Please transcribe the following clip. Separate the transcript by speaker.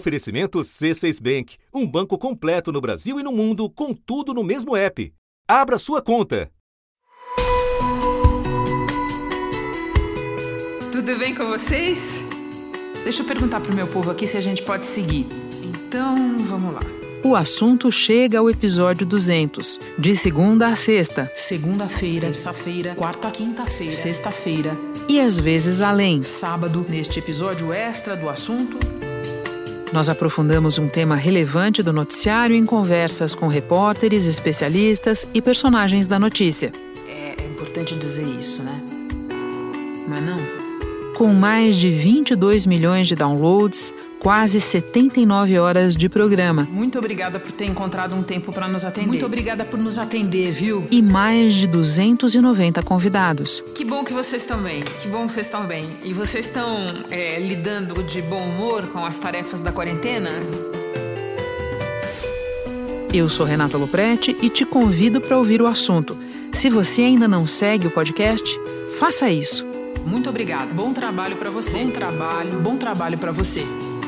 Speaker 1: Oferecimento C6 Bank, um banco completo no Brasil e no mundo, com tudo no mesmo app. Abra sua conta.
Speaker 2: Tudo bem com vocês? Deixa eu perguntar pro meu povo aqui se a gente pode seguir. Então, vamos lá.
Speaker 3: O assunto chega ao episódio 200, de segunda a sexta,
Speaker 2: Segunda-feira, terça-feira, quarta, quinta-feira, sexta-feira,
Speaker 3: e às vezes além.
Speaker 2: sábado, neste episódio extra do assunto.
Speaker 3: Nós aprofundamos um tema relevante do noticiário em conversas com repórteres, especialistas e personagens da notícia.
Speaker 2: É, é importante dizer isso, né? Mas não.
Speaker 3: Com mais de 22 milhões de downloads, quase 79 horas de programa
Speaker 2: Muito obrigada por ter encontrado um tempo para nos atender. Muito obrigada por nos atender, viu?
Speaker 3: e mais de 290 convidados.
Speaker 2: Que bom que vocês estão bem. Que bom que vocês estão bem. E vocês estão é, lidando de bom humor com as tarefas da quarentena?
Speaker 3: Eu sou Renata Loprete e te convido para ouvir o assunto. Se você ainda não segue o podcast, faça isso.
Speaker 2: Muito obrigada. Bom trabalho para você. Bom trabalho. Bom trabalho para você.